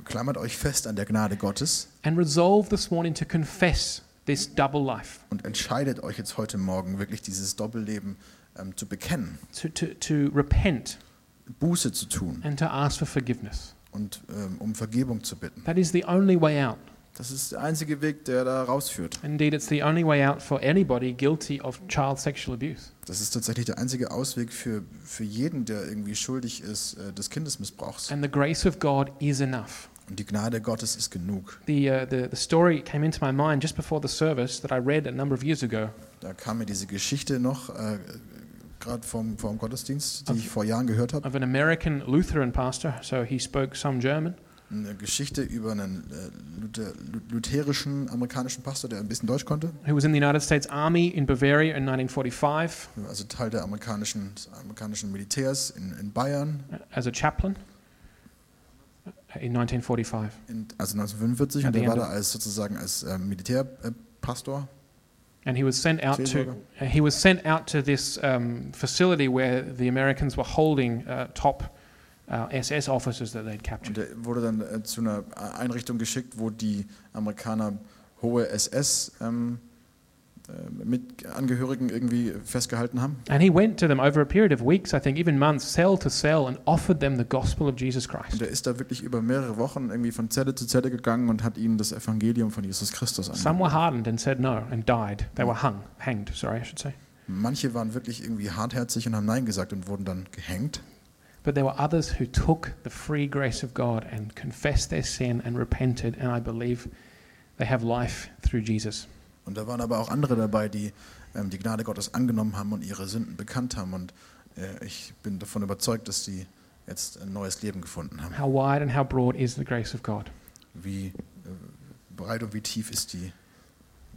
Speaker 2: Klammert euch fest an der Gnade Gottes
Speaker 1: and resolve this morning to confess this double life,
Speaker 2: und entscheidet euch jetzt heute Morgen wirklich dieses Doppelleben ähm, zu bekennen.
Speaker 1: to, to, to repent
Speaker 2: Buße zu tun
Speaker 1: and to ask for forgiveness.
Speaker 2: und ähm, um Vergebung zu bitten.
Speaker 1: That is the only way out.
Speaker 2: Das ist der einzige Weg, der da rausführt.
Speaker 1: Indeed, it's the only way out for anybody guilty of child sexual abuse.
Speaker 2: Das ist tatsächlich der einzige Ausweg für, für jeden, der irgendwie schuldig ist äh, des Kindesmissbrauchs.
Speaker 1: And the grace of God is enough.
Speaker 2: Und die Gnade Gottes ist genug.
Speaker 1: The, uh, the, the story came into my mind just before the service that I read a number of years ago
Speaker 2: Da kam mir diese Geschichte noch, äh, gerade vom, vom Gottesdienst, die ich vor Jahren gehört habe.
Speaker 1: of an American Lutheran pastor. So he spoke some German.
Speaker 2: Eine Geschichte über einen äh, Luther, lutherischen amerikanischen Pastor, der ein bisschen Deutsch konnte,
Speaker 1: who was in the United States Army in Bavaria in 1945
Speaker 2: also Teil der amerikanischen, des amerikanischen Militärs in, in Bayern,
Speaker 1: uh, as a chaplain uh, in 1945.
Speaker 2: in, also 1945,
Speaker 1: Ja,
Speaker 2: und
Speaker 1: die
Speaker 2: der war da
Speaker 1: Hände.
Speaker 2: als sozusagen als äh, Militärpastor. Äh, Pastor.
Speaker 1: And he was sent out to uh,
Speaker 2: Seelsorger.
Speaker 1: he was sent out to this um, facility where the Americans were holding uh, top uh, SS officers that they'd
Speaker 2: und
Speaker 1: captured.
Speaker 2: der wurde dann äh, zu einer Einrichtung geschickt, wo die Amerikaner hohe ähm, SS-Angehörigen äh, irgendwie festgehalten haben.
Speaker 1: And he went to them over a period of weeks, I think, even months, cell to cell, and offered them the gospel of Jesus
Speaker 2: Und
Speaker 1: Christ.
Speaker 2: er ist da wirklich über mehrere Wochen irgendwie von Zelle zu Zelle gegangen und hat ihnen das Evangelium von Jesus Christus
Speaker 1: Some
Speaker 2: angeboten.
Speaker 1: were hardened and said no and died. They were hung, hanged. Sorry, I should say.
Speaker 2: Manche waren wirklich irgendwie hartherzig und haben Nein gesagt und wurden dann gehängt.
Speaker 1: But there were others who took the free grace of God and confessed their sin and repented, and I believe they have life through Jesus.
Speaker 2: Und da waren aber auch andere dabei, die ähm, die Gnade Gottes angenommen haben und ihre Sünden bekannt haben. Und äh, ich bin davon überzeugt, dass sie jetzt ein neues Leben gefunden haben.
Speaker 1: How wide and how broad is the grace of God?
Speaker 2: Wie äh, breit und wie tief ist die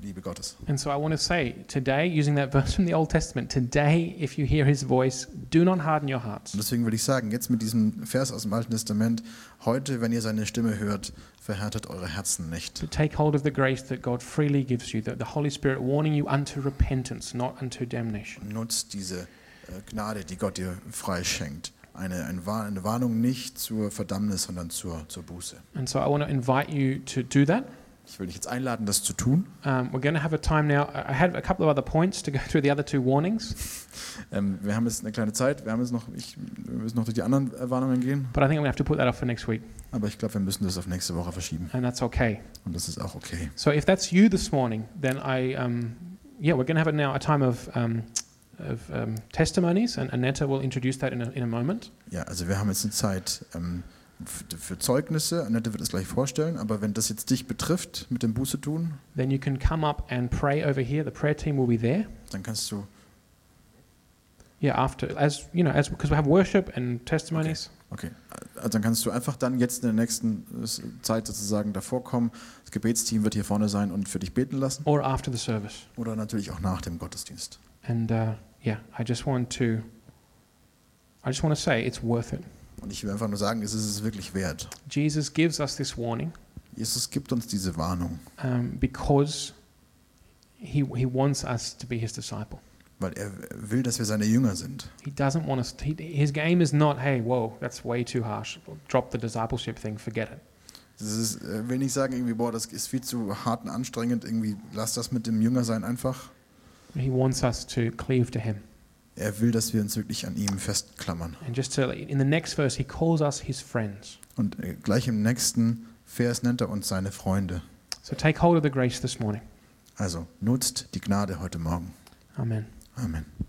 Speaker 2: Liebe Gottes?
Speaker 1: And so I want to say today, using that verse from the Old Testament, today, if you hear his voice, do not harden your hearts.
Speaker 2: Und deswegen würde ich sagen, jetzt mit diesem Vers aus dem Alten Testament, heute, wenn ihr seine Stimme hört, verhärtet eure Herzen nicht.
Speaker 1: But take hold of the grace that God freely gives you, that the Holy Spirit warning you unto repentance, not unto damnation.
Speaker 2: Nutzt diese äh, Gnade, die Gott dir freischenkt. Eine, ein Warn- eine Warnung nicht zur Verdammnis, sondern zur, zur Buße.
Speaker 1: And so I want to invite you to do that.
Speaker 2: Ich will dich jetzt einladen, das zu tun.
Speaker 1: Um, we're going to have a time now. I I had a couple of other points to go through the other two warnings,
Speaker 2: Ähm, wir haben jetzt eine kleine Zeit, wir, haben jetzt noch, ich, wir müssen noch durch die anderen äh, Warnungen gehen,
Speaker 1: but I think I'm going to have to put that off for next week,
Speaker 2: aber ich glaube, wir müssen das auf nächste Woche verschieben
Speaker 1: and that's okay.
Speaker 2: und das ist auch okay.
Speaker 1: So if that's you this morning, then I, um, yeah, we're going to have it now a time of, um, of um, testimonies, and Annetta will introduce that in a, in a moment.
Speaker 2: Ja, also wir haben jetzt eine Zeit ähm, f- für Zeugnisse, Annette wird es gleich vorstellen, aber wenn das jetzt dich betrifft, mit dem Buße tun,
Speaker 1: Then you can come up and pray over here. The prayer team will be there.
Speaker 2: dann kannst du,
Speaker 1: Yeah, after as you know, as because we have worship and testimonies.
Speaker 2: okay, also dann kannst du einfach dann jetzt in der nächsten äh, Zeit sozusagen davor kommen, das Gebetsteam wird hier vorne sein und für dich beten lassen
Speaker 1: or after the service.
Speaker 2: oder natürlich auch nach dem Gottesdienst.
Speaker 1: And uh, yeah, I just want to, I just want to say it's worth it.
Speaker 2: Und ich will einfach nur sagen, es ist es wirklich wert.
Speaker 1: Jesus gives us this warning
Speaker 2: Jesus gibt uns diese Warnung.
Speaker 1: um, because he, he wants us to be his disciple.
Speaker 2: Weil er will, dass wir seine Jünger sind.
Speaker 1: He doesn't want us. he, his game is not, hey, whoa, that's way too harsh. Drop the discipleship thing, forget it.
Speaker 2: Das ist, er will nicht sagen, irgendwie, boah, das ist viel zu hart und anstrengend, irgendwie lass das mit dem Jüngersein einfach.
Speaker 1: He wants us to cleave to him.
Speaker 2: Er will, dass wir uns wirklich an ihm festklammern.
Speaker 1: And just to, in the next verse, he calls us his friends.
Speaker 2: Und äh, gleich im nächsten Vers nennt er uns seine Freunde.
Speaker 1: So take hold of the grace this morning.
Speaker 2: Also nutzt die Gnade heute Morgen.
Speaker 1: Amen.
Speaker 2: Amen.